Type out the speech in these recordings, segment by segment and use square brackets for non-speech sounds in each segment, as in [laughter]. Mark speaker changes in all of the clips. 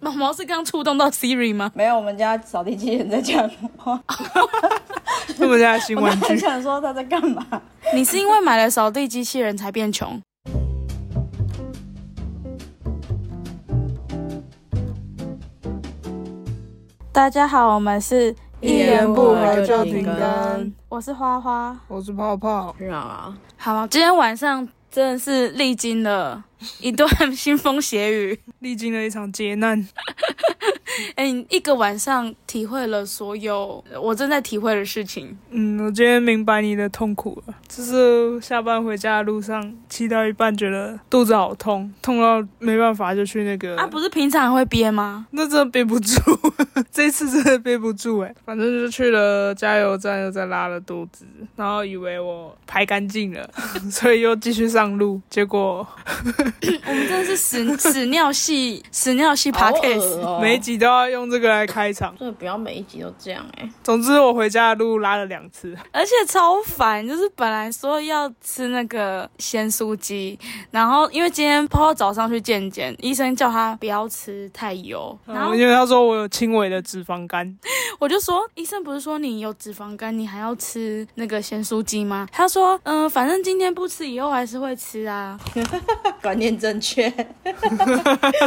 Speaker 1: 毛毛是刚触动到 Siri 吗？
Speaker 2: 没有，我们家扫地机器人在讲话，
Speaker 3: 他们家的新
Speaker 2: 我
Speaker 3: 玩
Speaker 2: 刚才
Speaker 3: 具。
Speaker 2: 想说他在干嘛。
Speaker 1: 你是因为买了扫地机器人才变穷？大家好，我们是
Speaker 3: 一言不合就停更，
Speaker 1: 我是花花。
Speaker 3: 我是泡泡，
Speaker 4: 是啊，
Speaker 1: 好，今天晚上真的是历经了一段腥风血 [laughs] 雨，
Speaker 3: 历经了一场劫难，
Speaker 1: 哎、你一个晚上体会了所有我正在体会的事情。
Speaker 3: 嗯，我今天明白你的痛苦了。就是下班回家的路上，骑到一半觉得肚子好痛，痛到没办法就去那个
Speaker 1: 啊，不是平常会憋吗？
Speaker 3: 那真的憋不住， [laughs] 这次真的憋不住哎、反正就去了加油站，又再拉了肚子，然后以为我排干净了， [laughs] 所以又继续上路，结果
Speaker 1: 我们真的是 [laughs] 屎屎尿系屎尿系
Speaker 4: 好
Speaker 1: podcast，、
Speaker 4: 恶哦
Speaker 3: 每一集都要用这个来开场。
Speaker 4: 真的不要每一集都这样哎、
Speaker 2: 欸
Speaker 3: 总之，我回家的路拉了两次，
Speaker 1: 而且超烦，就是本来说要吃那个鲜酥鸡，然后因为今天泡泡早上去健检，医生叫他不要吃太油，然后
Speaker 3: 嗯因为他说我有轻微的脂肪肝，
Speaker 1: 我就说，医生不是说你有脂肪肝，你还要吃那个咸酥鸡吗？他说，嗯、反正今天不吃，以后还是会吃啊。 [laughs]
Speaker 2: 观念正确。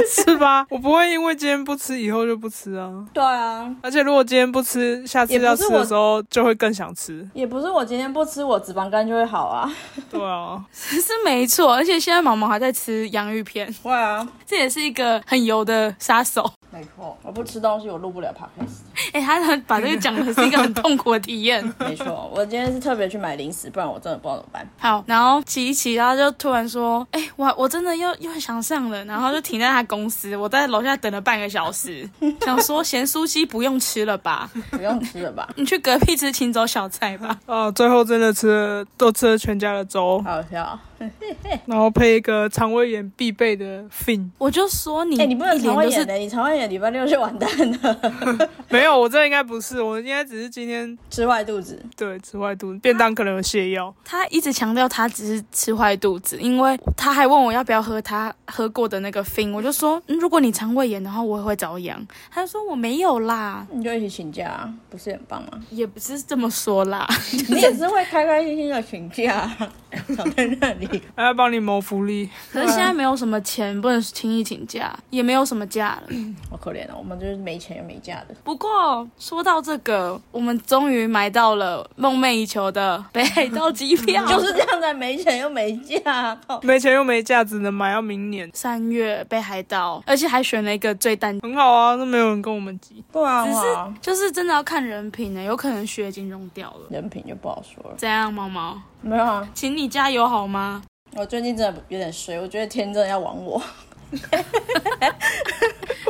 Speaker 3: 是吧？ [laughs] 我不会因为今天不吃，以后就不吃啊。
Speaker 2: 对啊，
Speaker 3: 而且如果今天不吃，下次
Speaker 2: 也不
Speaker 3: 要
Speaker 2: 是
Speaker 3: 吃
Speaker 2: 我
Speaker 3: 的时候就会更想吃。
Speaker 2: 也不是我今天不吃，我脂肪肝就会好啊。
Speaker 3: 对啊， [laughs]
Speaker 1: 是没错，而且现在毛毛还在吃洋芋片，
Speaker 2: 会啊，
Speaker 1: 这也是一个很油的杀手。 [laughs]
Speaker 2: 没错，我不吃东西，我录不了 podcast。
Speaker 1: 哎、他把这个讲的是一个很痛苦的体验。
Speaker 2: 没错，我今天是特别去买零食，不然我真的不知道怎么办。
Speaker 1: 好，然后骑一骑，然后就突然说，哎、我我真的又又想上了，然后就停在他公司，我在楼下等了半个小 [laughs] 时，想说咸酥鸡不用吃了吧，？
Speaker 2: 不用吃了吧 [laughs]
Speaker 1: 你去隔壁吃青州小菜吧。
Speaker 3: 啊，最后真的吃了，都吃了全家的粥。
Speaker 2: 好笑哦。
Speaker 3: 然后配一个肠胃炎必备的 fin。
Speaker 1: [laughs] 我就说你，
Speaker 2: 哎、你不能
Speaker 1: 一
Speaker 2: 肠
Speaker 1: 脸
Speaker 2: 胃
Speaker 1: 都
Speaker 2: 炎
Speaker 1: 是
Speaker 2: 的，你肠胃炎礼拜六就完蛋了，
Speaker 3: 没有，我这应该不是，我应该只是今天
Speaker 2: 吃坏肚子。
Speaker 3: 对吃坏肚子，便当可能有泻药。
Speaker 1: 他一直强调他只是吃坏肚子，因为他还问我要不要喝他喝过的那个 fin，我就说、嗯如果你肠胃炎的话，我也会遭殃。他就说我没有啦，
Speaker 2: 你就一起请假、啊，不是很棒吗？
Speaker 1: 也不是这么说啦，
Speaker 2: [laughs] 你也是会开开心心的请假、 [laughs] 啊，躺在那里。
Speaker 3: 还要帮你谋福利，
Speaker 1: 可是现在没有什么钱，不能轻易请假，也没有什么假了。
Speaker 2: 好可怜哦，我们就是没钱又没假的。
Speaker 1: 不过说到这个，我们终于买到了梦寐以求的北海道机 [laughs] 票，
Speaker 2: 就是这样才没钱又没假，靠！
Speaker 3: 没钱又没价，只能买到明年。
Speaker 1: 三月北海道，而且还选了一个最淡
Speaker 3: 很好啊，都没有人跟我们急。
Speaker 2: 不然
Speaker 1: 只
Speaker 2: 哇
Speaker 1: 是，就是真的要看人品欸呢、有可能血已经融掉了。
Speaker 2: 人品就不好说了。
Speaker 1: 怎样，毛毛？
Speaker 2: 没有啊，
Speaker 1: 请你加油好吗？
Speaker 2: 我最近真的有点衰，我觉得天真的要亡我。 [laughs]
Speaker 3: 我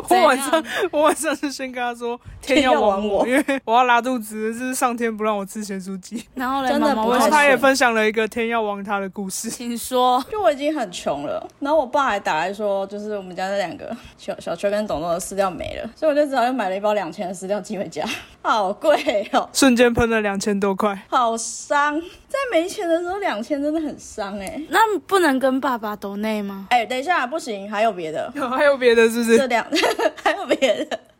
Speaker 1: 怎样
Speaker 3: 晚上我晚上就先跟他说天要亡我，因为我要拉肚子，这是上天不让我吃咸酥鸡。
Speaker 1: 然后嘞，
Speaker 2: 真的
Speaker 1: 毛毛
Speaker 2: 不
Speaker 3: 然
Speaker 1: 为
Speaker 2: 太
Speaker 3: 后
Speaker 1: 什
Speaker 2: 会
Speaker 1: 么？
Speaker 3: 他也分享了一个天要亡他的故 [laughs] 事。
Speaker 1: 请说。
Speaker 2: 就我已经很穷了，然后我爸还打来说，就是我们家那两个小小秋跟董董的饲料没了，所以我就只好又买了一包两千的饲料寄回家， [laughs] 好贵哦，
Speaker 3: 瞬间喷了两千多块，
Speaker 2: 好伤，在没钱的时候两千真的很伤哎、
Speaker 1: 那不能跟爸爸斗内吗？
Speaker 2: 哎、等一下，不行，还有别的，
Speaker 3: 还有别的是不
Speaker 2: 这
Speaker 3: 是？
Speaker 2: 两 [laughs] 还有别的。
Speaker 3: [laughs]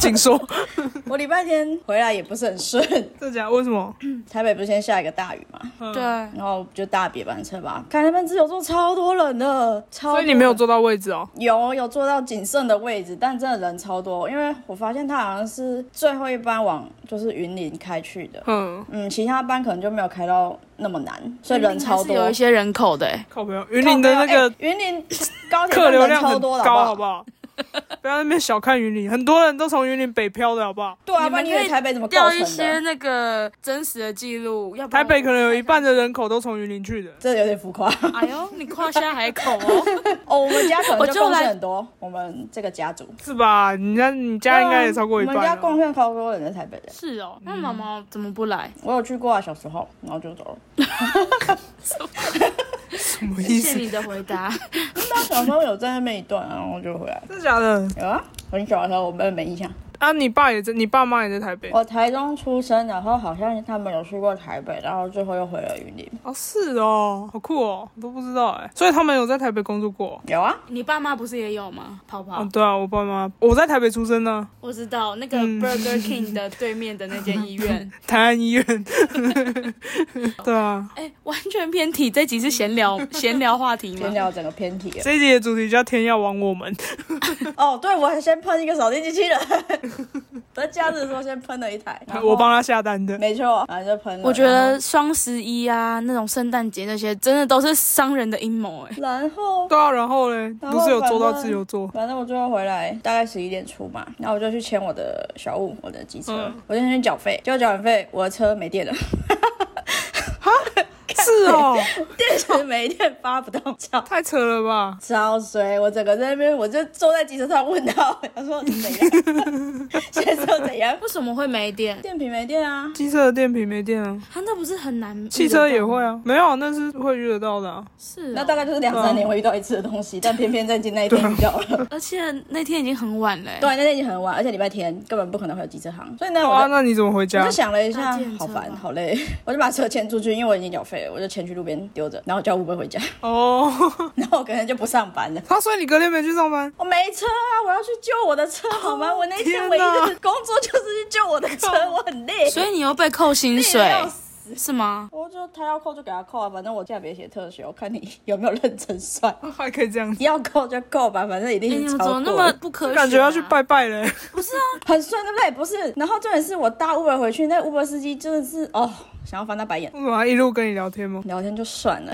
Speaker 3: 请 [laughs] 说，
Speaker 2: 我礼拜天回来也不是很顺，
Speaker 3: 这讲为什么？
Speaker 2: 台北不是先下一个大雨嘛，
Speaker 3: 嗯
Speaker 1: 对，
Speaker 2: 然后就搭别班车吧，看那班自由座超多人的，超
Speaker 3: 哦所以你
Speaker 2: 多
Speaker 3: 没有
Speaker 2: 人
Speaker 3: 坐到位置哦。
Speaker 2: 有有坐到仅剩的位置，但真的人超多，因为我发现他好像是最后一班往就是云林开去的，
Speaker 3: 嗯，
Speaker 2: 嗯，其他班可能就没有开到那么难，所以人超
Speaker 1: 还是
Speaker 2: 多。
Speaker 1: 有一些人口的、欸。
Speaker 3: 靠朋友，云林的那
Speaker 2: 靠
Speaker 3: 个
Speaker 2: 背哎云林高铁
Speaker 3: 客
Speaker 2: 站
Speaker 3: 流
Speaker 2: 人
Speaker 3: 量
Speaker 2: 超
Speaker 3: 很
Speaker 2: 多了，
Speaker 3: 高，
Speaker 2: 好
Speaker 3: 好不？好？不要在那边小看云林，很多人都从云林北漂的，好不好？
Speaker 2: 对啊，不然
Speaker 1: 你
Speaker 2: 你
Speaker 1: 们
Speaker 2: 以
Speaker 1: 可以
Speaker 2: 为台北怎么构
Speaker 1: 调一
Speaker 2: 成
Speaker 1: 些
Speaker 2: 的？
Speaker 1: 那个真实的记录，要不
Speaker 3: 台
Speaker 1: 然
Speaker 3: 北可能有一半的人口都从云林去的。
Speaker 2: 这有点浮夸
Speaker 1: 哎呦，你夸下海口 [laughs] 哦！
Speaker 2: 哦，我们家可
Speaker 1: 我
Speaker 2: 能
Speaker 1: 就
Speaker 2: 就贡
Speaker 1: 来
Speaker 2: 献很多，我们这个家族
Speaker 3: 是吧？你家你家应该也超过一
Speaker 2: 我们家
Speaker 3: 半哦
Speaker 2: 贡
Speaker 3: 了。
Speaker 2: 献超多人在台北人，
Speaker 1: 是
Speaker 3: 嗯
Speaker 1: 哦，那毛毛怎么不来？
Speaker 2: 我有去过啊，小时候，然后就走了。
Speaker 3: 什么
Speaker 1: 谢
Speaker 3: 意
Speaker 1: 谢
Speaker 3: 思？
Speaker 1: 你的回答。
Speaker 2: 那小时候有在那边一段，然后就回来了。
Speaker 3: [laughs] 真的假的？
Speaker 2: 有啊，很小的时候我们没印象。
Speaker 3: 啊，你爸也在，你爸妈也在台北。
Speaker 2: 我台中出生，然后好像他们有去过台北，然后最后又回了云林。
Speaker 3: 哦，是哦，好酷哦，我都不知道哎。所以他们有在台北工作过。
Speaker 2: 有啊，
Speaker 1: 你爸妈不是也有吗？泡泡，
Speaker 3: 哦，对啊，我爸妈，我在台北出生呢、 [laughs]
Speaker 1: 我知道那个
Speaker 3: 嗯
Speaker 1: Burger King 的对面的那间医
Speaker 3: [laughs]
Speaker 1: 院。
Speaker 3: 台安医院。对啊，
Speaker 1: 哎、完全偏题，这集是闲
Speaker 3: [laughs]
Speaker 1: 聊闲聊话题
Speaker 2: 今
Speaker 1: 吗
Speaker 2: 天？聊整个偏题了。
Speaker 1: [laughs]
Speaker 3: 这一集的主题叫“天要亡我们，
Speaker 2: 哦，对，我还先喷一个扫地
Speaker 1: [laughs]
Speaker 2: 机器人，在假日的时候先喷了一台”，
Speaker 3: 我帮，他下单的
Speaker 2: 然后。没错，然后就喷了。
Speaker 1: 我觉得双十一啊，那种圣诞节那些，真的都是商人的阴谋哎。
Speaker 2: 然后，然后
Speaker 3: 对啊，然后嘞，
Speaker 2: 然
Speaker 3: 不
Speaker 2: 后
Speaker 3: 是有做到
Speaker 2: 反正
Speaker 3: 自由做？
Speaker 2: 反正我最后回来大概十一点出嘛，然后我就去签我的小物，我的机车，
Speaker 3: 嗯
Speaker 2: 我就先去缴费，结果缴完费，我的车没电了， [laughs]
Speaker 3: 是哦， [laughs]
Speaker 2: 电池没电发不动叫。
Speaker 3: 太扯了吧！
Speaker 2: 超衰！我整个在那边，我就坐在机车上问他，他说你怎样？
Speaker 3: [laughs]
Speaker 2: 先生怎样？
Speaker 1: 为什么会没电？
Speaker 2: 电瓶没电啊？
Speaker 3: 机车的电瓶没电啊，
Speaker 1: 它那不是很难？
Speaker 3: 汽车也会啊，没有啊，那是会遇得到的啊。
Speaker 1: 是、
Speaker 2: 那大概就是两三
Speaker 3: 嗯
Speaker 2: 年会遇到一次的东西，但偏偏在今那一
Speaker 3: [laughs] 啊
Speaker 2: 天遇到了。
Speaker 1: 而且那天已经很晚了欸。
Speaker 2: 对，那天已经很晚，而且礼拜天根本不可能会有机车行，所以呢，
Speaker 3: 哇，
Speaker 2: 我
Speaker 3: 啊那你怎么回
Speaker 2: 就我
Speaker 3: 家
Speaker 2: 就？想了一下
Speaker 1: 搭计程，车
Speaker 2: 好烦，
Speaker 1: 吧
Speaker 2: 好累，我就把车牵出去，因为我已经缴费了，我就牵去路边丢着，然后叫乌龟回家，
Speaker 3: 哦， [laughs]
Speaker 2: 然后我可能就不上班了。
Speaker 3: 他说你隔天没去上班，
Speaker 2: 我没车啊，我要去救我的车，好吗？
Speaker 1: 哦
Speaker 2: 我那天
Speaker 3: 天
Speaker 2: 唯一
Speaker 3: 哪
Speaker 2: 的工作就是去救我的车，我很累。
Speaker 1: 所以你又被扣薪水
Speaker 2: 累得要
Speaker 1: 是吗？
Speaker 2: 我就他要扣就给他扣啊，反正我价别写特休，看你 [laughs] 有没有认真算。
Speaker 3: 哦还可以这样子，
Speaker 2: 要扣就扣吧，反正一
Speaker 1: 哎
Speaker 2: 定
Speaker 1: 你
Speaker 2: 是
Speaker 1: 们
Speaker 2: 超
Speaker 1: 怎
Speaker 2: 过
Speaker 1: 么
Speaker 2: 的。
Speaker 1: 那么不科学、啊？
Speaker 3: 感觉要去拜拜嘞。
Speaker 2: 很顺，对不对？不是，然后重点是我搭 Uber 回去，那 Uber 司机真的是哦，想要翻他白眼。
Speaker 3: 为什么他一路跟你聊天吗？
Speaker 2: 聊天就算了，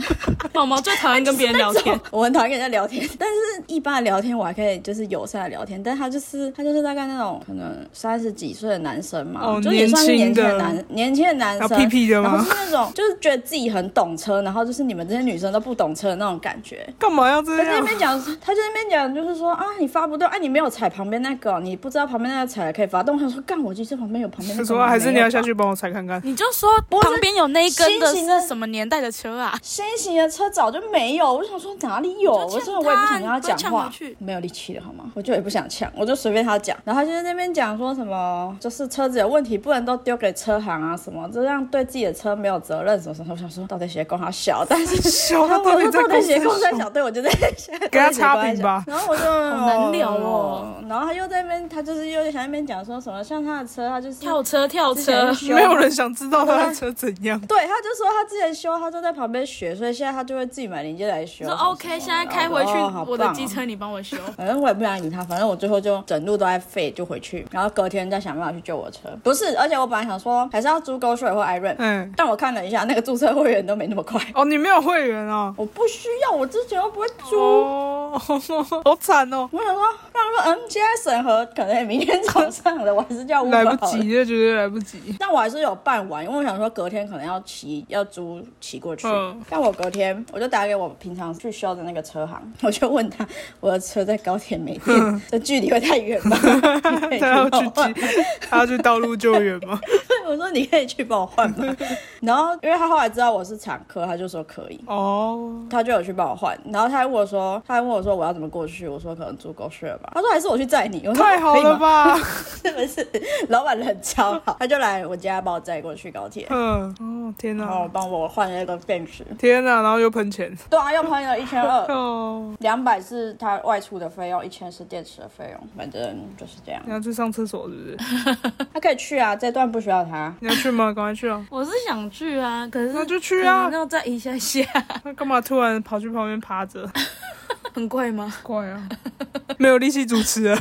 Speaker 1: 毛毛最讨厌跟别人聊天，
Speaker 2: [laughs] 我很讨厌跟人家聊天，但是一般的聊天我还可以就是友善的聊天，但他就是他就是大概那种可能三十几岁的男生嘛，
Speaker 3: 哦
Speaker 2: 就也算是年轻
Speaker 3: 年轻的
Speaker 2: 的男年轻的男
Speaker 3: 要
Speaker 2: 生，
Speaker 3: 屁屁的
Speaker 2: 然后
Speaker 3: 吗
Speaker 2: 是？那种就是觉得自己很懂车，然后就是你们这些女生都不懂车的那种感觉，
Speaker 3: 干嘛要这
Speaker 2: 他在那
Speaker 3: 样？
Speaker 2: 边讲，他在那边讲，就是说啊，你发不动，啊，你没有踩旁边那个哦、你不知道旁边那个踩了可以发动。我想说，干，我机车旁边有旁边那
Speaker 3: 他
Speaker 2: 个，
Speaker 3: 啊说还是你要下
Speaker 2: 去。
Speaker 3: 去帮我踩看看。
Speaker 1: 你就说
Speaker 2: 不是
Speaker 1: 旁边有那一根的
Speaker 2: 新型的
Speaker 1: 是什么年代的车啊？
Speaker 2: 新型的车早就没有，我想说哪里有？
Speaker 1: 你就呛
Speaker 2: 我说我也不
Speaker 1: 他
Speaker 2: 想跟他
Speaker 1: 你不要
Speaker 2: 讲
Speaker 1: 呛
Speaker 2: 话
Speaker 1: 回去，
Speaker 2: 没有力气了好吗？我就也不想抢，我就随便他讲。然后他就在那边讲说什么，就是车子有问题，不能都丢给车行啊什么，这样对自己的车没有责任什么什么。我想说，到底谁管他小？但是
Speaker 1: [laughs]
Speaker 3: 小他
Speaker 2: 然后
Speaker 3: 到
Speaker 2: 我
Speaker 3: 底
Speaker 2: 就
Speaker 3: 在
Speaker 2: 做
Speaker 3: 公
Speaker 2: 那些
Speaker 3: 司
Speaker 2: 公山
Speaker 3: 小
Speaker 2: 小队，我就在下
Speaker 3: 给他差评吧
Speaker 2: 然后我就好
Speaker 1: 难聊哦。
Speaker 2: 然后他又在那边，他就是又在那边讲说什么，像他的车，他就是
Speaker 1: 跳车跳
Speaker 2: 之前
Speaker 1: 车
Speaker 2: 就，修
Speaker 3: [laughs] 没有人想知道他的车怎样。
Speaker 2: 对，他就说他之前修，他就在旁边学，所以现在他就会自己买零件来修。
Speaker 1: 说 OK，现在开
Speaker 3: 哦
Speaker 1: 回去
Speaker 2: 哦
Speaker 1: 我的机。车，你帮我修。
Speaker 2: 反正我也不想理他，反正我最后就整路都在废，就回去，然后隔天再想办法去救我车。不是，而且我本来想说还是要租 GoShare 或 iRent，、
Speaker 3: [laughs] 嗯，
Speaker 2: 但我看了一下，那个注册会员都没那么快，
Speaker 3: 哦，你没有会员啊？
Speaker 2: 我不需要，我之前又不会租。
Speaker 3: 哦， [laughs] 好惨哦，
Speaker 2: 我想说，他们说嗯，现在审核可能也明天早上了，我还是
Speaker 1: [laughs]
Speaker 2: 叫 u b
Speaker 3: 来不及，这绝对来不及。
Speaker 2: 但我还是有办完，因为我想说隔天可能要骑，要租骑过去。
Speaker 3: 嗯
Speaker 2: 但我隔天我就打给我平常去修的那个车行， [laughs] 我就问他我的车在高铁没
Speaker 3: 嗯
Speaker 2: 电，这距离会太远
Speaker 3: [laughs]
Speaker 2: 吗？你可以
Speaker 3: 他要啊去
Speaker 2: 帮我换
Speaker 3: 机，他要去道路救援 [laughs] 吗？
Speaker 2: [laughs] 我说你可以去帮我换
Speaker 3: [laughs]
Speaker 2: 吗？然后因为他后来知道我是产科，他就说可以。
Speaker 3: 哦，
Speaker 2: 他就有去帮我换，然后他还问我说，他还问我说我要怎么过去，我说可能租狗血吧，他说还是我去载你，我说
Speaker 3: 太好
Speaker 2: 可以吗
Speaker 3: 了吧？
Speaker 2: 是不是？ [laughs] 老板人超好，他就来我家把我载过去高铁，
Speaker 3: [laughs] 嗯，哦，天
Speaker 2: 然后
Speaker 3: 哪，
Speaker 2: 帮我换了一个电池。
Speaker 3: 天哪，然后又喷钱。
Speaker 2: 对啊，又朋友一千二，
Speaker 3: 哦，
Speaker 2: 两百是他外出的费用，一千是电池的费用，反正就是这样
Speaker 3: 你。要去上厕所是不是？ [laughs]
Speaker 2: 他可以去啊，这段不需要他。
Speaker 3: 你要去吗？赶快去啊！
Speaker 1: [laughs] 我是想去啊，可是
Speaker 3: [laughs] 那就去啊
Speaker 1: 可能要再一下下，
Speaker 3: 那干嘛突然跑去旁边趴 [laughs] 着？
Speaker 1: 很贵吗？ [laughs]
Speaker 3: 怪啊，没有力气主持 [laughs] 了。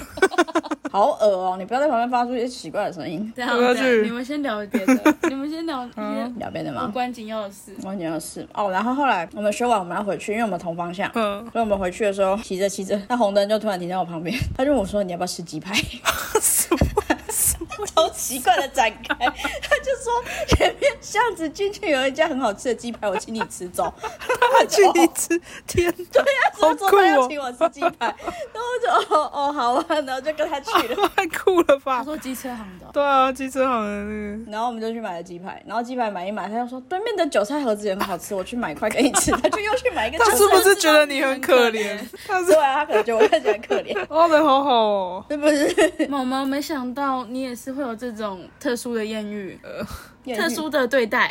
Speaker 2: 好恶哦、你不要在旁边发出一些奇怪的声音。
Speaker 1: 这样
Speaker 3: 我要
Speaker 1: 这
Speaker 3: 去
Speaker 1: 啊
Speaker 3: 嗯
Speaker 1: 样你们先聊别
Speaker 3: [laughs]
Speaker 1: 的，你们先聊一些
Speaker 2: 两边的
Speaker 1: 无
Speaker 2: 吗？
Speaker 1: 关紧要的事。
Speaker 2: 我女儿是哦，然后后来我们学完我们要回去，因为我们同方向，
Speaker 3: 嗯，
Speaker 2: 所以我们回去的时候骑着
Speaker 3: [laughs]
Speaker 2: 骑着，那红灯就突然停在我旁边，他就问我说你要不要吃鸡排？
Speaker 1: 为
Speaker 2: 头奇怪的展开，他就说前面巷子进去有一家很好吃的鸡排，我请你吃走。
Speaker 3: 他请你吃，天哪，
Speaker 2: 怎
Speaker 3: [laughs] 好
Speaker 2: 么
Speaker 3: 酷
Speaker 2: 做饭要
Speaker 3: 哦
Speaker 2: 请，我吃鸡排？然后我就哦哦好啊，然后就跟他去
Speaker 3: [laughs]
Speaker 2: 了。
Speaker 3: 太酷了
Speaker 1: 他
Speaker 3: 吧？
Speaker 1: 说机车行的哦，
Speaker 3: 对啊，机车行的那个。
Speaker 2: 然后我们就去买了鸡排，然后鸡排买一买，他就说对面的韭菜盒子也很好吃，我去买一块给你吃。他就又去买一个韭
Speaker 3: [laughs] 他
Speaker 2: 菜
Speaker 3: 是
Speaker 2: 盒
Speaker 3: 不
Speaker 2: 子。
Speaker 3: 是觉得你很可怜？他是
Speaker 2: 对啊，他可能觉得我 [laughs] 看起来很可怜，
Speaker 3: 哦，的好好哦，
Speaker 2: 是不是？
Speaker 1: 毛毛没想到你也是会有这种特殊的艳遇，特
Speaker 2: 特
Speaker 1: 殊的对待。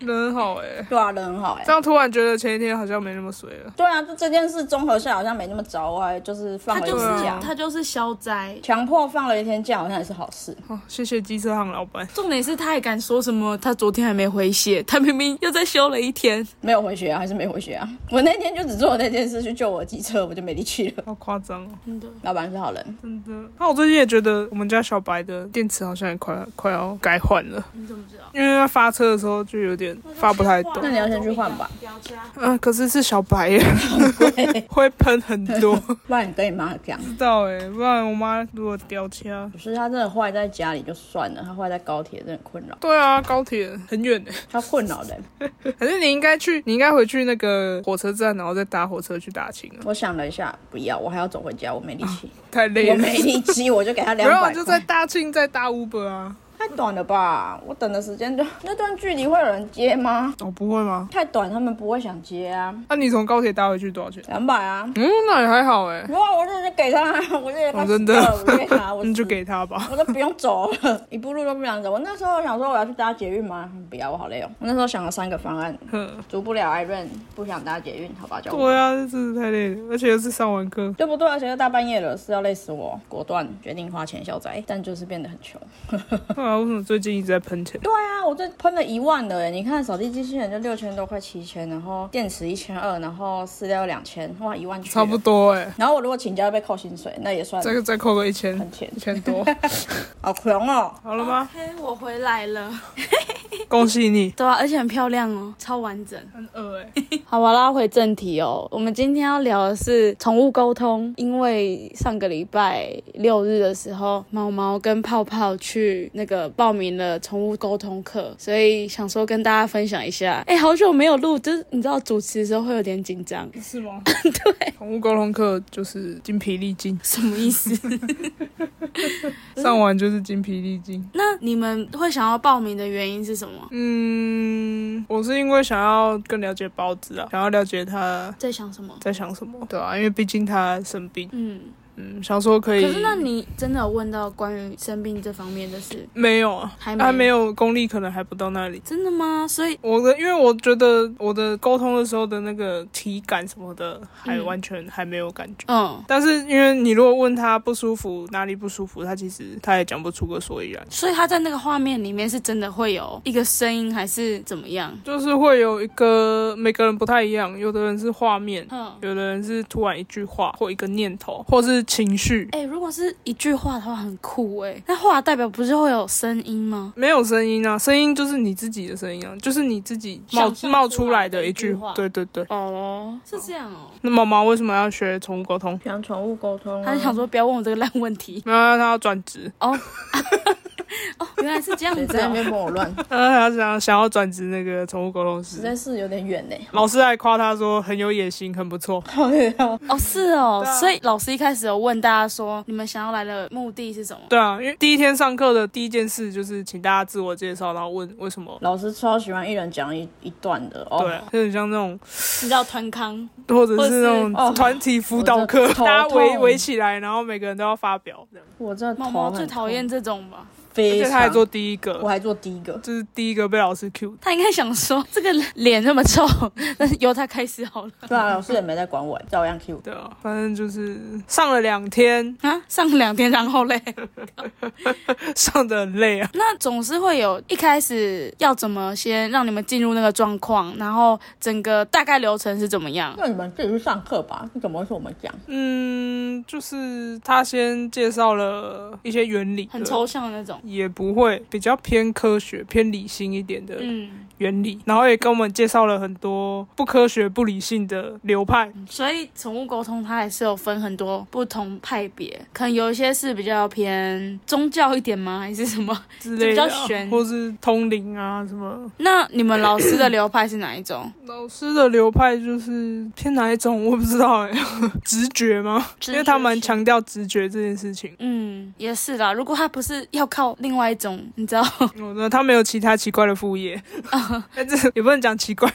Speaker 3: 人很好哎、
Speaker 2: 对啊，人很好哎、
Speaker 3: 这样突然觉得前一天好像没那么水了。
Speaker 2: 对啊，就这件事综合下来好像没那么糟，我还就是放
Speaker 1: 他
Speaker 2: 了一
Speaker 1: 就是
Speaker 2: 天
Speaker 3: 对
Speaker 2: 假
Speaker 3: 啊，
Speaker 1: 他就是消灾。
Speaker 2: 强迫放了一天假好像也是好事。
Speaker 3: 哦，谢谢机车行老板。
Speaker 1: 重点是他还敢说什么？他昨天还没回血，他明明又在休了一天。
Speaker 2: 没有回学啊，还 [laughs] 是没回学啊。我那天就只做了那件事去救我的机车，我就没力气了。
Speaker 3: 好夸张哦，
Speaker 1: 真的，
Speaker 2: 老板是好人，
Speaker 3: 真的。那我最近也觉得我们家小白的电池好像也快快要该换了，
Speaker 1: 你怎么知道？
Speaker 3: 因为他发车的时候就有点发不太动。
Speaker 2: 那你要先去换吧。
Speaker 3: 嗯、可是是小白耶，会喷很多。 [laughs] 不
Speaker 2: 不然你跟你妈讲，
Speaker 3: 知道哎，不然我妈如果掉车，啊
Speaker 2: 可是他真的坏在家里就算了，他坏在高铁真的很困扰，
Speaker 3: 对啊，高铁很远哎。
Speaker 2: 他困扰人。
Speaker 3: 可是你应该去，你应该回去那个火车站，然后再搭火车去大庆啊，
Speaker 2: 我想了一下，不要，我还要走回家，我没力
Speaker 3: [laughs]
Speaker 2: 气，
Speaker 3: 太累
Speaker 2: 我
Speaker 3: 了。
Speaker 2: 没力气，我就给他两
Speaker 3: 然后
Speaker 2: 百
Speaker 3: 就在
Speaker 2: 块。
Speaker 3: 大庆再搭 Uber 啊。
Speaker 2: 太短了吧？我等的时间就那段距离会有人接吗？
Speaker 3: 哦，不会吗？
Speaker 2: 太短，他们不会想接啊。
Speaker 3: 那、你从高铁搭回去多少钱？
Speaker 2: 两百啊！
Speaker 3: 嗯，那也还好哎、
Speaker 2: 如果我真的给他， [laughs] 我就给他
Speaker 3: 我哦真的
Speaker 2: 12我就给
Speaker 3: [laughs]
Speaker 2: 他，啊我
Speaker 3: 那就给他吧。
Speaker 2: 我都不用走了，一步路都不想走。我那时候想说我要去搭捷运吗？不要，我好累哦。我那时候想了三个方案，
Speaker 3: 哼
Speaker 2: 足不了 i r o n 不想搭捷运，好吧，叫我。
Speaker 3: 对啊，这真的太累了，而且又是上完 [laughs] 课。
Speaker 2: 对不对？而且又大半夜了，是要累死我。果断决定花钱消灾，但就是变得很穷。
Speaker 3: 啊，为什么最近一直在喷钱？
Speaker 2: 对啊，我这喷了一万了耶！你看扫地机器人就六千多块七千，然后电池一千二，然后饲料两千，哇，一万去了
Speaker 3: 差不。多哎、
Speaker 2: 然后我如果请假被扣薪水，那也算
Speaker 3: 再再扣个一千，
Speaker 2: 很钱
Speaker 3: 一千 [laughs] 多，
Speaker 2: 好穷哦。
Speaker 3: 好了吗？
Speaker 1: 嘿，我回来了。
Speaker 3: 恭喜你。
Speaker 1: 对啊，而且很漂亮哦，超完整。
Speaker 3: 很饿哎、
Speaker 1: 好，我拉回正题哦。我们今天要聊的是宠物沟通，因为上个礼拜六日的时候，毛毛跟泡泡去那个报名了宠物沟通课，所以想说跟大家分享一下。哎，好久没有录，就是你知道主持的时候会有点紧张，
Speaker 3: 是吗？ [laughs] 对，宠物沟通课就是精疲力尽，
Speaker 1: 什么意思？
Speaker 3: 上完就是精疲力尽。
Speaker 1: 那你们会想要报名的原因是什么？
Speaker 3: 嗯，我是因为想要更了解包子啊，想要了解他
Speaker 1: 在想什么？
Speaker 3: 在想什么，对啊，因为毕竟他生病，
Speaker 1: 嗯，
Speaker 3: 嗯，想说可以。
Speaker 1: 可是那你真的有问到关于生病这方面的事？
Speaker 3: 没有啊，
Speaker 1: 还没
Speaker 3: 他没有功力，可能还不到那里。
Speaker 1: 真的吗？所以
Speaker 3: 我的，因为我觉得我的沟通的时候的那个体感什么的，还
Speaker 1: 嗯
Speaker 3: 完全还没有感觉。
Speaker 1: 嗯，
Speaker 3: 但是因为你如果问他不舒服哪里不舒服，他其实他也讲不出个所以然，
Speaker 1: 所以他在那个画面里面是真的会有一个声音，还是怎么样？
Speaker 3: 就是会有一个每个人不太一样，有的人是画面，
Speaker 1: 嗯，
Speaker 3: 有的人是突然一句话或一个念头或是情绪，
Speaker 1: 哎、如果是一句话的话，很酷哎、那话代表不是会有声音吗？
Speaker 3: 没有声音啊，声音就是你自己的声音啊，就是你自己冒
Speaker 1: 想象出来
Speaker 3: 冒出来的一
Speaker 1: 的一
Speaker 3: 句
Speaker 1: 句话
Speaker 3: 对对对。
Speaker 1: 哦，是这样哦。
Speaker 3: 那毛毛为什么要学宠物沟通？
Speaker 2: 想宠物沟通、 [laughs] 啊，
Speaker 1: 他想说不要问我这个烂问题
Speaker 3: 没有，啊他要转职，
Speaker 1: [laughs]
Speaker 3: [laughs]
Speaker 1: 哦，原来是这样
Speaker 2: 谁
Speaker 1: 子
Speaker 2: 在那
Speaker 1: 哦、
Speaker 2: 边摸我乱，
Speaker 3: 他想想要转职那个宠物沟通
Speaker 2: 实
Speaker 3: 师。
Speaker 2: 在是有点远欸呢。
Speaker 3: 老师还夸他说很有野心，很不错。
Speaker 2: 好远哦，
Speaker 1: 哦，是哦、
Speaker 3: 对啊
Speaker 1: 所以老师一开始有问大家说，你们想要来的目的是什么？
Speaker 3: 对啊，因为第一天上课的第一件事就是请大家自我介绍，然后问为什么。
Speaker 2: [laughs] 老师超喜欢一人讲一一段的哦。
Speaker 3: 对，就很像那种，
Speaker 1: [laughs] 你知道团康，
Speaker 3: 或者
Speaker 2: 或
Speaker 3: 是那
Speaker 2: 是哦
Speaker 3: 种团体辅导课
Speaker 2: 我，这头痛
Speaker 3: 大家围围起来，然后每个人都要发表。这样
Speaker 2: 我真的
Speaker 1: 毛
Speaker 2: 头
Speaker 1: 毛
Speaker 2: 很
Speaker 1: 最讨
Speaker 2: 痛
Speaker 1: 厌，这种吧。
Speaker 3: 而
Speaker 2: 非
Speaker 3: 且
Speaker 2: 常。
Speaker 3: 他还做，第一
Speaker 2: 我
Speaker 3: 个，
Speaker 2: 还做第一个。
Speaker 3: 就是第一个被老师 Q 的。
Speaker 1: 他应该想说，这个脸那么臭， [laughs] 但是由他开始好了
Speaker 2: 对啊，老师也没在管我，照样 Q。
Speaker 3: 对啊，反正就是上了两天， [laughs]
Speaker 1: 啊。上两天，然后嘞，
Speaker 3: 上的很累啊。
Speaker 1: 那总是会有一开始要怎么先让你们进入那个状况，然后整个大概流程是怎么样？
Speaker 2: 那你们自己去上课吧，你怎么会说我们讲？
Speaker 3: 嗯，就是他先介绍了一些原理，
Speaker 1: 很抽，象的那种。
Speaker 3: 也不会比较偏科学、偏理性一点的
Speaker 1: 嗯，
Speaker 3: 原理，然后也跟我们介绍了很多不科学、不理性的流派。
Speaker 1: 所以宠物沟通它还是有分很多不同派别，可能有一些是比较偏宗教一点吗？还是什么？ [laughs]
Speaker 3: 之类的啊
Speaker 1: 比较悬
Speaker 3: 或是通灵啊什么。
Speaker 1: 那你们老师的流派是哪一种？
Speaker 3: 老师的流派就是偏哪一种，我不知道哎、 [laughs] 直觉吗？
Speaker 1: 直觉
Speaker 3: 因为他蛮强调直觉这件事情。
Speaker 1: 嗯，也是啦。如果它不是要靠另外一种，你知道？
Speaker 3: 我呢，哦他没有其他奇怪的副业，但是也不能讲奇怪。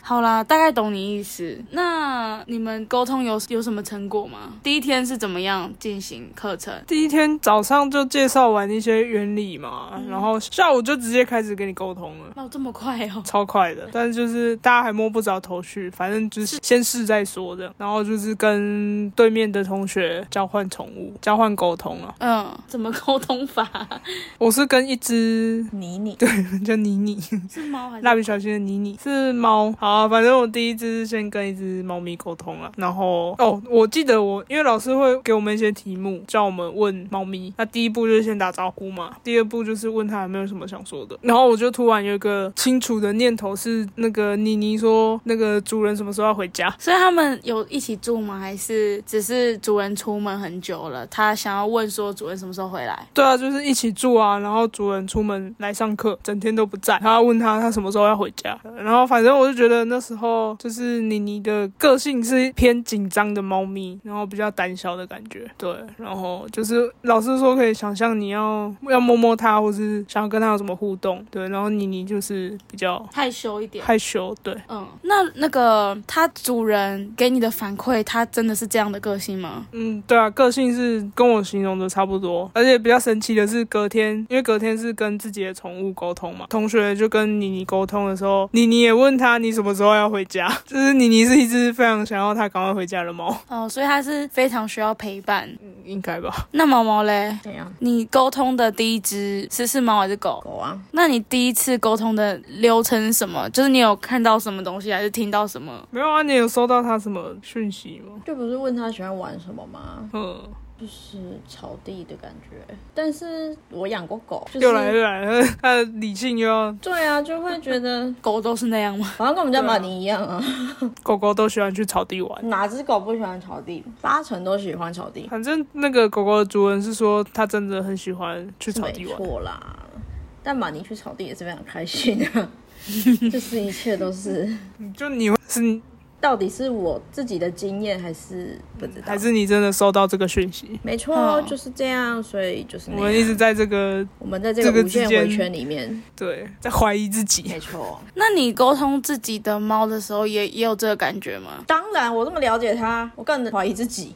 Speaker 1: 好啦，大概懂你意思。那你们沟通有有什么成果吗？第一天是怎么样进行课程？
Speaker 3: 第一天早上就介绍完一些原理嘛，然后下午就直接开始跟你沟通了。
Speaker 1: 哦，这么快哦！
Speaker 3: 超快的，但是就是大家还摸不着头绪，反正就是先试再说的，然后就是跟对面的同学交换宠物、交换沟通了。
Speaker 1: [laughs] 嗯，怎么沟通法？
Speaker 3: 我是跟一只 [laughs]
Speaker 2: 你你
Speaker 3: 叫妮妮，
Speaker 1: [laughs] 是猫还是
Speaker 3: 蜡笔小新的妮妮是猫。好、啊，反正我第一只是先跟一只猫咪沟通了，然后哦，我记得我因为老师会给我们一些题目，叫我们问猫咪。那第一步就是先打招呼嘛，第二步就是问他有没有什么想说的。然后我就突然有一个清楚的念头是，那个妮妮说那个主人什么时候要回家。
Speaker 1: 所以他们有一起住吗？还是只是主人出门很久了，他想要问说主人什么时候回来？
Speaker 3: 对啊，就是一起住啊，然后主人出门来上课，整天都不在。他问他他什么时候要回家，然后反正我就觉得那时候就是妮妮的个性是偏紧张的猫咪，然后比较胆小的感觉。对，然后就是老师说可以想象你要要摸摸它，或是想要跟它有什么互动。对，然后妮妮就是比较
Speaker 1: 害羞一点。
Speaker 3: 害羞，对，
Speaker 1: 嗯，那那个它主人给你的反馈，它真的是这样的个性吗？
Speaker 3: 嗯，对啊，个性是跟我形容的差不多，而且比较神奇的是，隔天因为隔天是跟自己的宠物沟通嘛，同学就跟妮妮沟通的时候，妮妮也问他你什么时候要回家， [laughs] 就是妮妮是一只非常想要它赶快回家的猫，
Speaker 1: 哦，所以它是非常需要陪伴。
Speaker 3: 应该吧？
Speaker 1: 那毛毛嘞？
Speaker 2: 怎样？
Speaker 1: 你沟通的第一只是是猫还是狗？
Speaker 2: 狗啊，
Speaker 1: 那你第一次沟通的流程是什么？就是你有看到什么东西，还是听到什么？
Speaker 3: 没有啊，你有收到它什么讯息吗？
Speaker 2: 就不是问他喜欢玩什么吗？
Speaker 3: 嗯，
Speaker 2: 就是草地的感觉。但是我养过狗，就是、
Speaker 3: 又来又来了，它的理性又要
Speaker 2: 对啊，就会觉
Speaker 3: [laughs]
Speaker 2: 得
Speaker 1: 狗都是那样吗？ [laughs]
Speaker 2: 好像跟我们家马尼一样啊，
Speaker 3: 狗狗都喜欢去草地玩。
Speaker 2: 哪只狗不喜欢草地？八成都喜欢草地，
Speaker 3: 反正那个狗狗的主人是说，它真的很喜欢去
Speaker 2: 是
Speaker 3: 草
Speaker 2: 没
Speaker 3: 地玩。
Speaker 2: 错啦。但马尼去草地也是非常开心
Speaker 3: [laughs]
Speaker 2: 啊，就是一切都是，
Speaker 3: 就你会是
Speaker 2: 到底是我自己的经验还是不知道？
Speaker 3: 还是你真的收到这个讯息？
Speaker 2: 没错，
Speaker 1: 哦
Speaker 2: 就是这样，所以就是那
Speaker 3: 我
Speaker 2: 样
Speaker 3: 们一直在这个
Speaker 2: 我们在这
Speaker 3: 这个
Speaker 2: 个无
Speaker 3: 之
Speaker 2: 限
Speaker 3: 间
Speaker 2: 回圈里面，
Speaker 3: 对在怀疑自己，
Speaker 2: 没错。
Speaker 1: 那你沟通自己的猫的时候也，也有这个感觉吗？
Speaker 2: [laughs] 当然，我这么了解他，我更怀疑
Speaker 1: [laughs]
Speaker 2: 自己，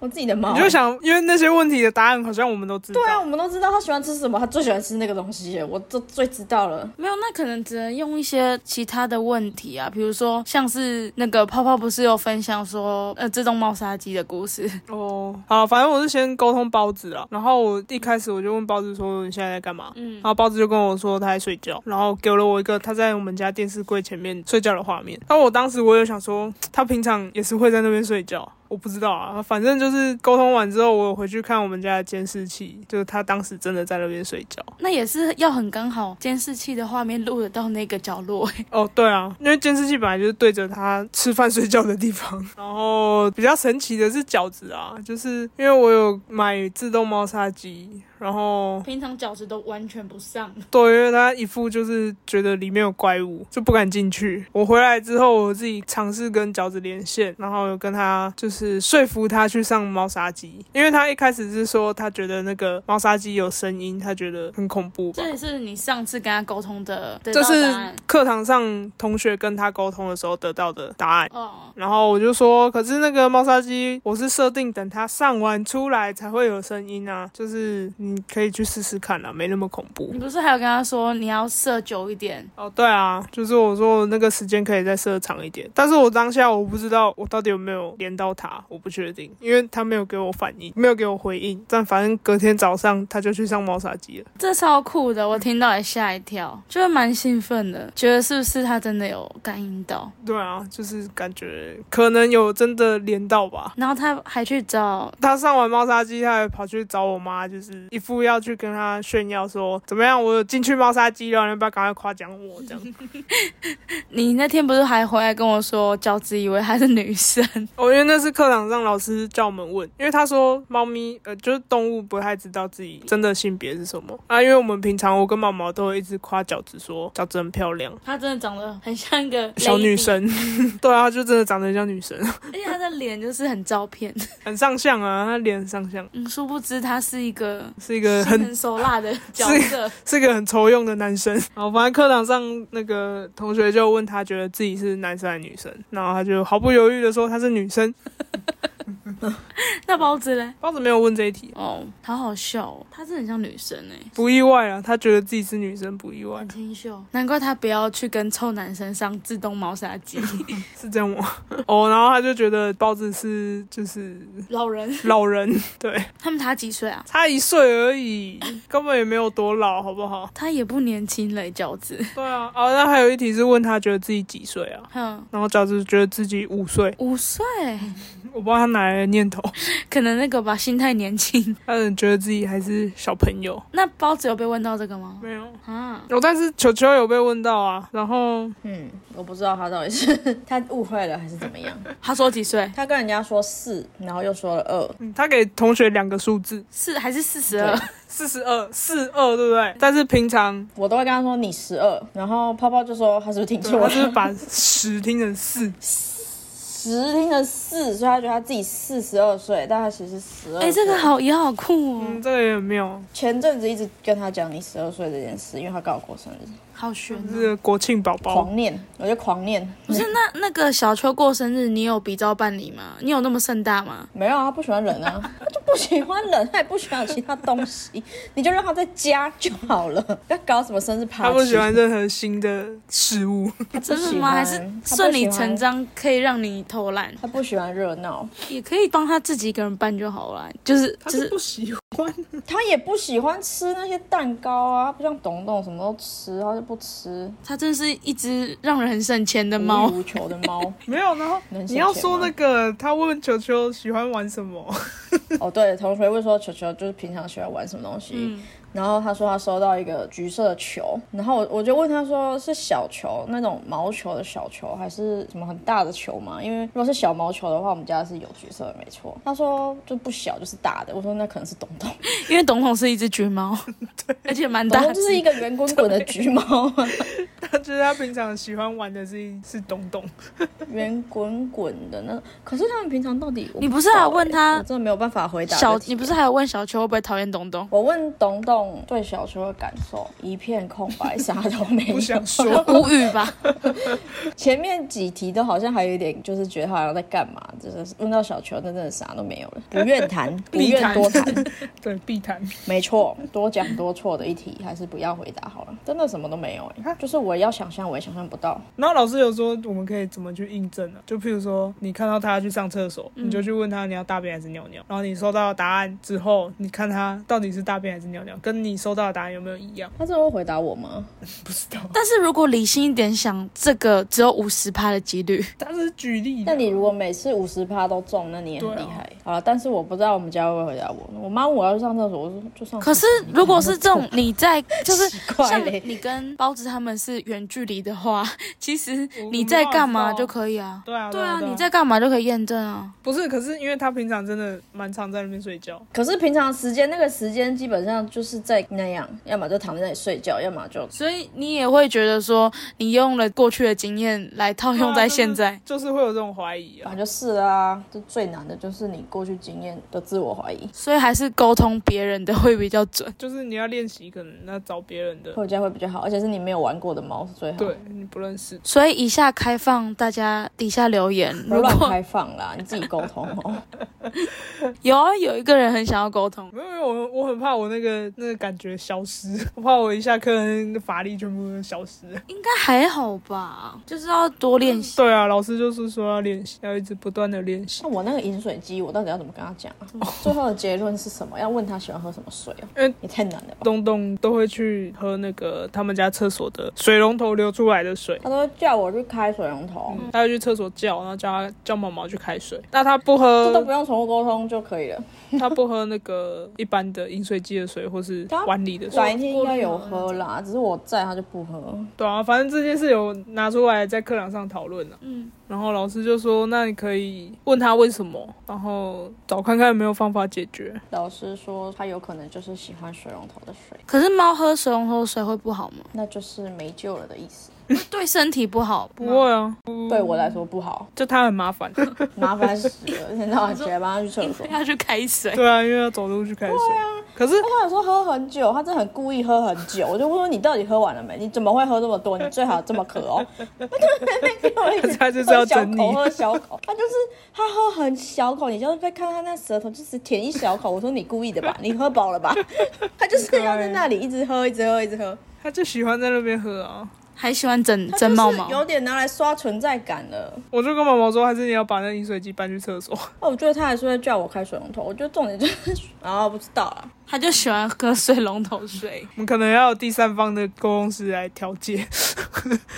Speaker 2: 我自己的猫。
Speaker 3: 你就想，因为那些问题的答案好像我们都知道。
Speaker 2: 对啊，我们都知道他喜欢吃什么，他最喜欢吃那个东西，我都最知道了。
Speaker 1: 没有，那可能只能用一些其他的问题啊，比如说像是那个泡泡不是有分享说，呃，自动猫杀鸡的故事， [laughs]
Speaker 3: 哦，好，反正我是先沟通包子了，然后我一开始我就问包子说你现在在干嘛？嗯，然后包子就跟我说他在睡觉，然后给了我一个他在我们家电视柜前面睡觉的画面。但我当时我有想说，他平常也是会在那边睡觉。我不知道啊，反正就是沟通完之后，我有回去看我们家的监视器，就是他当时真的在那边睡觉。
Speaker 1: 那也是要很刚好监视器的画面录得到那个角落、 [laughs] 欸
Speaker 3: 哦，对啊，因为监视器本来就是对着他吃饭睡觉的地方。然后比较神奇的是饺子啊，就是因为我有买自动猫砂机，然后
Speaker 1: 平常饺子都完全不上，
Speaker 3: 对，因为他一副就是觉得里面有怪物，就不敢进去。我回来之后，我自己尝试跟饺子连线，然后有跟他就是说服他去上猫砂机，因为他一开始是说他觉得那个猫砂机有声音，他觉得很恐怖吧。
Speaker 1: 这也是你上次跟他沟通的，得
Speaker 3: 这
Speaker 1: 到
Speaker 3: 是
Speaker 1: 答案
Speaker 3: 课堂上同学跟他沟通的时候得到的答案。
Speaker 1: 哦，
Speaker 3: 然后我就说，可是那个猫砂机，我是设定等它上完出来才会有声音啊，就是你可以去试试看啦、没那么恐怖
Speaker 1: 你。不是还有跟他说你要设久一点？
Speaker 3: 哦，对啊，就是我说我那个时间可以再设长一点，但是我当下我不知道我到底有没有连到他，我不确定，因为他没有给我反应，没有给我回应。但反正隔天早上他就去上猫砂机了。
Speaker 1: 这超酷的，我听到也吓一跳，就是蛮兴奋的，觉得是不是他真的有感应到？
Speaker 3: 对啊，就是感觉可能有真的连到吧。
Speaker 1: 然后他还去找，
Speaker 3: 他上完猫砂机，他还跑去找我妈，就是一副要去跟他炫耀说怎么样，我有进去猫砂机了，你要不要赶快夸奖我这样？
Speaker 1: 你那天不是还回来跟我说，饺子以为她是女 [laughs] 生，
Speaker 3: 哦，因为那是课堂上老师叫我们问，因为他说猫咪呃就是动物不太知道自己真的性别是什么啊，因为我们平常我跟毛毛都会一直夸饺子说饺子很漂亮，
Speaker 1: 她真的长得很像一个
Speaker 3: 小女
Speaker 1: lady，
Speaker 3: 生，对啊，她就真的长得像女生，
Speaker 1: 而且她的脸就是很照片。
Speaker 3: 很上相啊，她脸很上相，
Speaker 1: 嗯， [laughs] 殊不知她是一个
Speaker 3: 是一个
Speaker 1: 心
Speaker 3: 很
Speaker 1: 狠手辣的角色。
Speaker 3: [laughs] 是个很愁用的男生。好，反正课堂上那个同学就问他觉得自己是男生还是女生，然后他就毫不犹豫的说他是女生。
Speaker 1: 那包子嘞？
Speaker 3: 包子没有问这一题，
Speaker 1: 哦，好好笑哦，她真的很像女生哎、
Speaker 3: 不意外啊，他觉得自己是女生不意外
Speaker 1: 很，清秀，难怪她不要去跟臭男生上自动猫砂 [laughs] 机。
Speaker 3: 是这样吗？ [laughs] 哦，然后他就觉得包子是就是
Speaker 1: 老人，
Speaker 3: 老人， [laughs] 对，
Speaker 1: 他们差几岁啊？
Speaker 3: 差一岁而已，根本也没有多老，好不好？
Speaker 1: 她也不年轻了，饺子。
Speaker 3: 对啊，哦，那还有一题是问他觉得自己几岁啊？
Speaker 1: 哼，
Speaker 3: 然后饺子觉得自己五岁，
Speaker 1: 五岁，
Speaker 3: 我不知道他哪来的念头，
Speaker 1: 可能那个吧，心态年轻。 [laughs]
Speaker 3: 他可能觉得自己还是小朋友。
Speaker 1: 那包子有被问到这个吗？
Speaker 3: 没有，
Speaker 1: 啊，
Speaker 3: 有、哦但是球球有被问到啊，然后
Speaker 2: 嗯，我不知道他到底是 [laughs] 他误会了还是怎
Speaker 1: [laughs]
Speaker 2: 么样。
Speaker 1: 他说几岁？
Speaker 2: 他跟人家说四，然后又说了二，
Speaker 3: 嗯他给同学两个数字，
Speaker 1: 四还是四十二？
Speaker 3: 四十二，四二，对不对？但是平常
Speaker 2: 我都会跟他说你十二，然后泡泡就说他是不是听错
Speaker 3: 我就是
Speaker 2: 了？
Speaker 3: 把十听成四，
Speaker 2: [laughs] 十听成四，所以他觉得他自己四十二岁，但他其实十二。
Speaker 1: 哎、这个好也好酷哦，
Speaker 3: 嗯，这个也很妙，
Speaker 2: 前阵子一直跟他讲你十二岁这件事，因为他刚好过生日，
Speaker 1: 好悬哦。
Speaker 3: 是国庆宝宝。
Speaker 2: 狂念，我就狂念。
Speaker 1: 不是那那个小秋过生日，你有比照办理吗？你有那么盛大吗？
Speaker 2: 没有啊，他不喜欢人
Speaker 3: [laughs]
Speaker 2: 啊，他就不喜欢人，他也不喜欢有其他东西，你就让他在家就好了，不要搞什么生日 party。
Speaker 3: 他不喜欢任何新的事物，
Speaker 2: 他不喜
Speaker 1: 真
Speaker 2: 欢，
Speaker 1: 的吗？还是
Speaker 2: 他不喜
Speaker 1: 顺
Speaker 2: 欢
Speaker 1: 理成？章可以让你偷懒，
Speaker 2: 他不喜欢热闹，
Speaker 1: 也可以帮他自己一个人办就好了。就是
Speaker 3: 他
Speaker 1: 就是是
Speaker 3: 不喜欢。
Speaker 2: 他也不喜欢吃那些蛋糕啊，他不像董董什么都吃，他就不吃。
Speaker 1: 他真是一只让人很省钱的
Speaker 2: 无
Speaker 1: 猫
Speaker 2: 欲。无求的猫。
Speaker 3: [laughs] 没有，然后
Speaker 2: 能省
Speaker 3: 你要
Speaker 2: 钱
Speaker 3: 说
Speaker 2: 吗
Speaker 3: 那个，他问球球喜欢玩什么， [laughs]
Speaker 2: 哦，对，同学问说球球就是平常喜欢玩什么东西，
Speaker 1: 嗯
Speaker 2: 然后他说他收到一个橘色的球，然后我我就问他说是小球那种毛球的小球，还是什么很大的球吗？因为如果是小毛球的话，我们家是有橘色的，没错。他说就不小，就是大的。我说那可能是东
Speaker 1: [laughs]
Speaker 2: 东，
Speaker 1: 因为董董是一只橘 [laughs] 猫，而且蛮
Speaker 2: 东
Speaker 1: 大
Speaker 2: 东
Speaker 1: 只
Speaker 2: 就。是一个圆滚滚的橘猫，
Speaker 3: 他觉得他平常喜欢玩的是是东东，
Speaker 2: 圆滚滚的那。可是他们平常到底我
Speaker 1: 你不
Speaker 2: 知
Speaker 1: 是还啊
Speaker 2: 道
Speaker 1: 问
Speaker 2: 欸
Speaker 1: 他
Speaker 2: 我真的没有办法回答
Speaker 1: 小
Speaker 2: 这，题
Speaker 1: 你不是还有问小秋会不会讨厌董董？
Speaker 2: 我问董董对小球的感受一片空白，啥都没有。
Speaker 3: [laughs] 不想说。
Speaker 1: 无语吧？
Speaker 2: [laughs] 前面几题都好像还有一点，就是觉得他好像在干嘛，就是问到小球，那真的啥都没
Speaker 3: [laughs]
Speaker 2: 有了，不愿谈，不
Speaker 3: 避
Speaker 2: 愿
Speaker 3: 谈
Speaker 2: 多谈。
Speaker 3: 对，必谈。
Speaker 2: [laughs] 没错，多讲多错的一题还是不要回答好了，真的什么都没有、欸，就是我要想象，我也想象不到。
Speaker 3: 然后老师有说，我们可以怎么去印证呢、啊就譬如说，你看到他去上厕所，你就去问他你要大便还是尿尿。然后你收到答案之后，你看他到底是大便还是尿尿，跟你收到的答案有没有一样？
Speaker 2: 他真的会回答我吗？
Speaker 3: 不知道， [laughs]
Speaker 1: 但是如果理性一点想，这个只有五十趴的几率。
Speaker 3: 他是举例的。
Speaker 2: 那你如果每次五十趴都中，那你也很
Speaker 3: 对
Speaker 2: 厉
Speaker 3: 啊
Speaker 2: 害。好了，但是我不知道我们家会不会回答我。我妈问我要去上厕所，我说就上厕所。
Speaker 1: 可是如果是这种你在就是
Speaker 2: 哦怪
Speaker 1: 像
Speaker 2: 嘞
Speaker 1: 你跟包子他们是远距离的话， [laughs] 其实
Speaker 3: 我
Speaker 1: 你在干嘛
Speaker 3: 我不知道
Speaker 1: 就可以啊。
Speaker 3: 对啊，
Speaker 1: 对
Speaker 3: 对
Speaker 1: 啊，
Speaker 3: 对
Speaker 1: 你在干嘛就可以验证啊。
Speaker 3: 不是？可是因为他平常真的蛮常在那边睡觉，
Speaker 2: 可是平常时间那个时间基本上就是在那样，要么就躺在那里睡觉，要么就
Speaker 1: 所以你也会觉得说，你用了过去的经验来套用在现在。
Speaker 3: 就是就是会有这种怀疑啊
Speaker 2: 啊。就是啦、这最难的就是你过去经验的自我怀疑。
Speaker 1: 所以还是沟通别人的会比较准。
Speaker 3: 就是你要练习，可能那找别人的，
Speaker 2: 回家会比较好，而且是你没有玩过的猫是最好。
Speaker 3: 对，你不认识。
Speaker 1: 所以以下开放大家底下留
Speaker 2: [laughs]
Speaker 1: 言，
Speaker 2: 不要
Speaker 1: 如
Speaker 2: 乱
Speaker 1: 果
Speaker 2: 开放啦，你自己沟通哦。
Speaker 1: 有啊有一个人很想要沟通，
Speaker 3: 没有没有，我我很怕我那个那那个感觉消失， [laughs] 我怕我一下课那乏力全部都消失了。
Speaker 1: 应该还好吧，就是要多练习。
Speaker 3: 对啊，老师就是说要练习，要一直不断的练习。
Speaker 2: 那我那个饮水机，我到底要怎么跟他讲啊？最后的结论是什么？要问他喜欢喝什么水哦、
Speaker 3: 因为
Speaker 2: 也太难了吧？
Speaker 3: 东东都会去喝那个他们家厕所的水龙头流出来的水，
Speaker 2: 他都会叫我去开水龙头，
Speaker 3: 他会去厕所叫，然后叫他叫毛毛去开水。那他不
Speaker 2: 这都 [laughs]
Speaker 3: 喝，
Speaker 2: 不用宠物沟通就可以了。
Speaker 3: 他不喝那个一般的饮水机的水或是
Speaker 2: 他
Speaker 3: 碗里的水。
Speaker 2: 白天应该有喝啦，只是我在他就不喝。
Speaker 3: 对啊，反正这件事有拿出来在课堂上讨论了。
Speaker 1: 嗯，
Speaker 3: 然后老师就说：“那你可以问他为什么，然后找看看有没有方法解决。
Speaker 2: 老师说他有可能就是喜欢水龙头的水，
Speaker 1: 可是猫喝水龙头水会不好吗？
Speaker 2: 那就是没救了的意思。
Speaker 1: 对身体不好”
Speaker 3: 不
Speaker 1: 不
Speaker 3: 会啊，
Speaker 2: 对我来说不好，
Speaker 3: 就他很麻烦。
Speaker 2: 麻烦死了， [laughs] 一天到晚起来帮他去厕所。哎
Speaker 1: 要去开水。
Speaker 3: 对啊，因为要走路去开水。可是
Speaker 2: 他有时候喝很久，他真的很故意喝很久。我就问说你到底喝完了没？你怎么会喝这么多？你最好这么渴哦。 [laughs]
Speaker 3: 他就是要
Speaker 2: 喝小
Speaker 3: 整你
Speaker 2: 口，喝小口，他就是他喝很小口，你就会看他那舌头就是舔一小口。我说你故意的吧，你喝饱了吧？ [laughs] 他就是要在那里一直喝，一直喝，一直喝。
Speaker 3: 他就喜欢在那边喝啊。
Speaker 1: 还喜欢整
Speaker 2: 他
Speaker 1: 整
Speaker 2: 就
Speaker 1: 毛
Speaker 2: 是
Speaker 1: 毛，
Speaker 2: 有点拿来刷存在感了。
Speaker 3: 我就跟毛毛说，还是你要把那饮水机搬去厕所。
Speaker 2: 哦，我觉得他还是会叫我开水龙头。我觉得重点就是， [laughs] 啊，不知道啦。
Speaker 1: 他就喜欢喝水龙头水。
Speaker 3: [laughs] 我们可能要有第三方的沟通师来调解。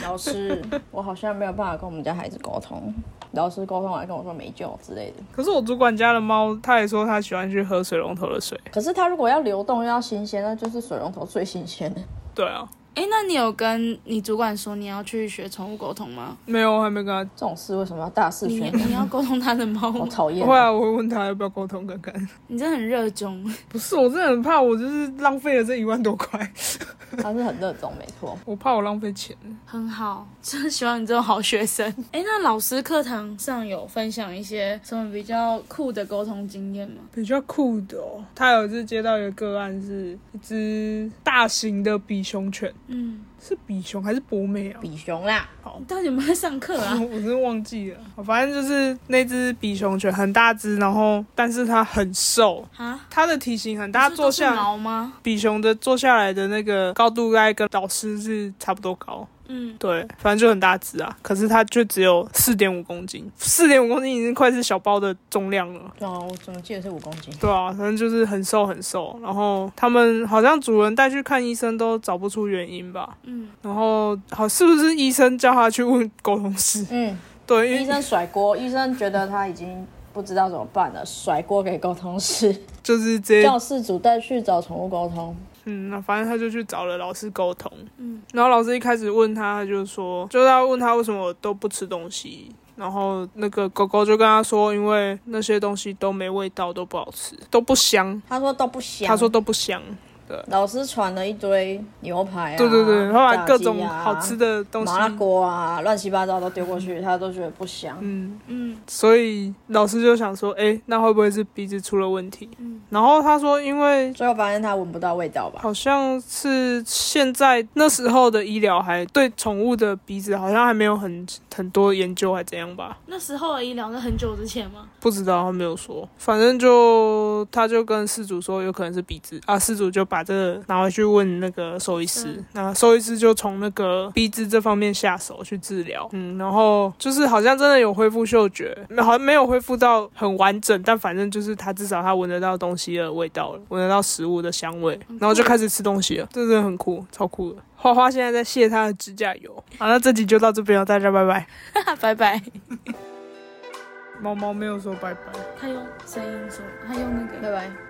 Speaker 2: 老 [laughs] 师，我好像没有办法跟我们家孩子沟通。老师沟通完跟我说没救之类的。
Speaker 3: 可是我主管家的猫，它也说它喜欢去喝水龙头的水。
Speaker 2: 可是他如果要流动又要新鲜，那就是水龙头最新鲜的。
Speaker 3: 对啊，
Speaker 1: 哎，那你有跟你主管说你要去学宠物沟通吗？
Speaker 3: 没有，我还没跟他。
Speaker 2: 这种事为什么要大肆
Speaker 1: 你
Speaker 2: 宣传？
Speaker 1: 你要沟通他的猫
Speaker 2: 好
Speaker 1: 吗？
Speaker 2: 讨厌
Speaker 3: 不。会啊，我会问他要不要沟通看看。 [laughs]
Speaker 1: 你真的很热衷。
Speaker 3: 不是，我真的很怕，我就是浪费了这一万多块， [laughs]
Speaker 2: 他是很热衷，没错。
Speaker 3: 我怕我浪费钱。
Speaker 1: 很好， [laughs] 真喜欢你这种好学 [laughs] 生。哎，那老师课堂上有分享一些什么比较酷的沟通经验吗？
Speaker 3: 比较酷的哦，他有一次接到一个个案，是一只大型的比熊犬，
Speaker 1: 嗯，
Speaker 3: 是比熊还是博美啊？
Speaker 2: 比熊啦，
Speaker 1: 你到底有没有在上课 [laughs] 啊？
Speaker 3: [laughs] 我真的忘记了，反正就是那只比熊犬很大只，然后但是它很瘦，
Speaker 1: 啊？
Speaker 3: 它的体型很大，它坐
Speaker 1: 是都是
Speaker 3: 下
Speaker 1: 毛吗？
Speaker 3: 比熊的坐下来的那个高度大概跟老师是差不多高，
Speaker 1: 嗯，
Speaker 3: 对，反正就很大只啊，可是它就只有四点五公斤，四点五公斤已经快是小包的重量了。
Speaker 2: 哦，我怎么记得是五公斤？
Speaker 3: 对啊，反正就是很瘦很瘦，然后他们好像主人带去看医生都找不出原因吧，
Speaker 1: 嗯，
Speaker 3: 然后好是不是医生叫他去问 [laughs] 沟通师？
Speaker 2: 嗯，
Speaker 3: 对，因为
Speaker 2: 医生甩锅，医生觉得他已经不知道怎么办了，甩锅给沟通室，
Speaker 3: 就是直接
Speaker 2: 叫事主带去找宠物沟通。
Speaker 3: 嗯，那反正他就去找了老师沟通，
Speaker 1: 嗯，
Speaker 3: 然后老师一开始问他，他就说，就是要问他为什么都不吃东西。然后那个狗狗就跟他说，因为那些东西都没味道，都不好吃，都不香。
Speaker 2: 他说都不香。
Speaker 3: 他说都不香。
Speaker 2: 老师传了一堆牛排啊，
Speaker 3: 对对对，后来各种
Speaker 2: 炸鸡啊
Speaker 3: 好吃的东西，
Speaker 2: 麻辣锅啊，乱七八糟都丢过去，他都觉得不香。
Speaker 3: 嗯，
Speaker 1: 嗯，
Speaker 3: 所以老师就想说，哎、那会不会是鼻子出了问题？
Speaker 1: 嗯
Speaker 3: 然后他说，因为
Speaker 2: 最后发现他闻不到味道吧？
Speaker 3: 好像是现在那时候的医疗还对宠物的鼻子好像还没有很很多研究，还怎样吧？
Speaker 1: 那时候而已，聊是很久之前吗？
Speaker 3: 不知道，他没有说。反正就他就跟事主说，有可能是鼻子啊。事主就把这个拿回去问那个兽医师
Speaker 1: 嗯，
Speaker 3: 那兽医师就从那个鼻子这方面下手去治疗。嗯，然后就是好像真的有恢复嗅觉，好像没有恢复到很完整，但反正就是他至少他闻得到东西的味道了，闻得到食物的香味，然后就开始吃东西了。这真的很酷，超酷的。花花现在在卸她的指甲油。好，那这集就到这边了，大家拜拜。
Speaker 1: 拜拜。
Speaker 3: 猫猫没有说拜拜。
Speaker 1: 他用声音说，他用那个
Speaker 2: 拜拜。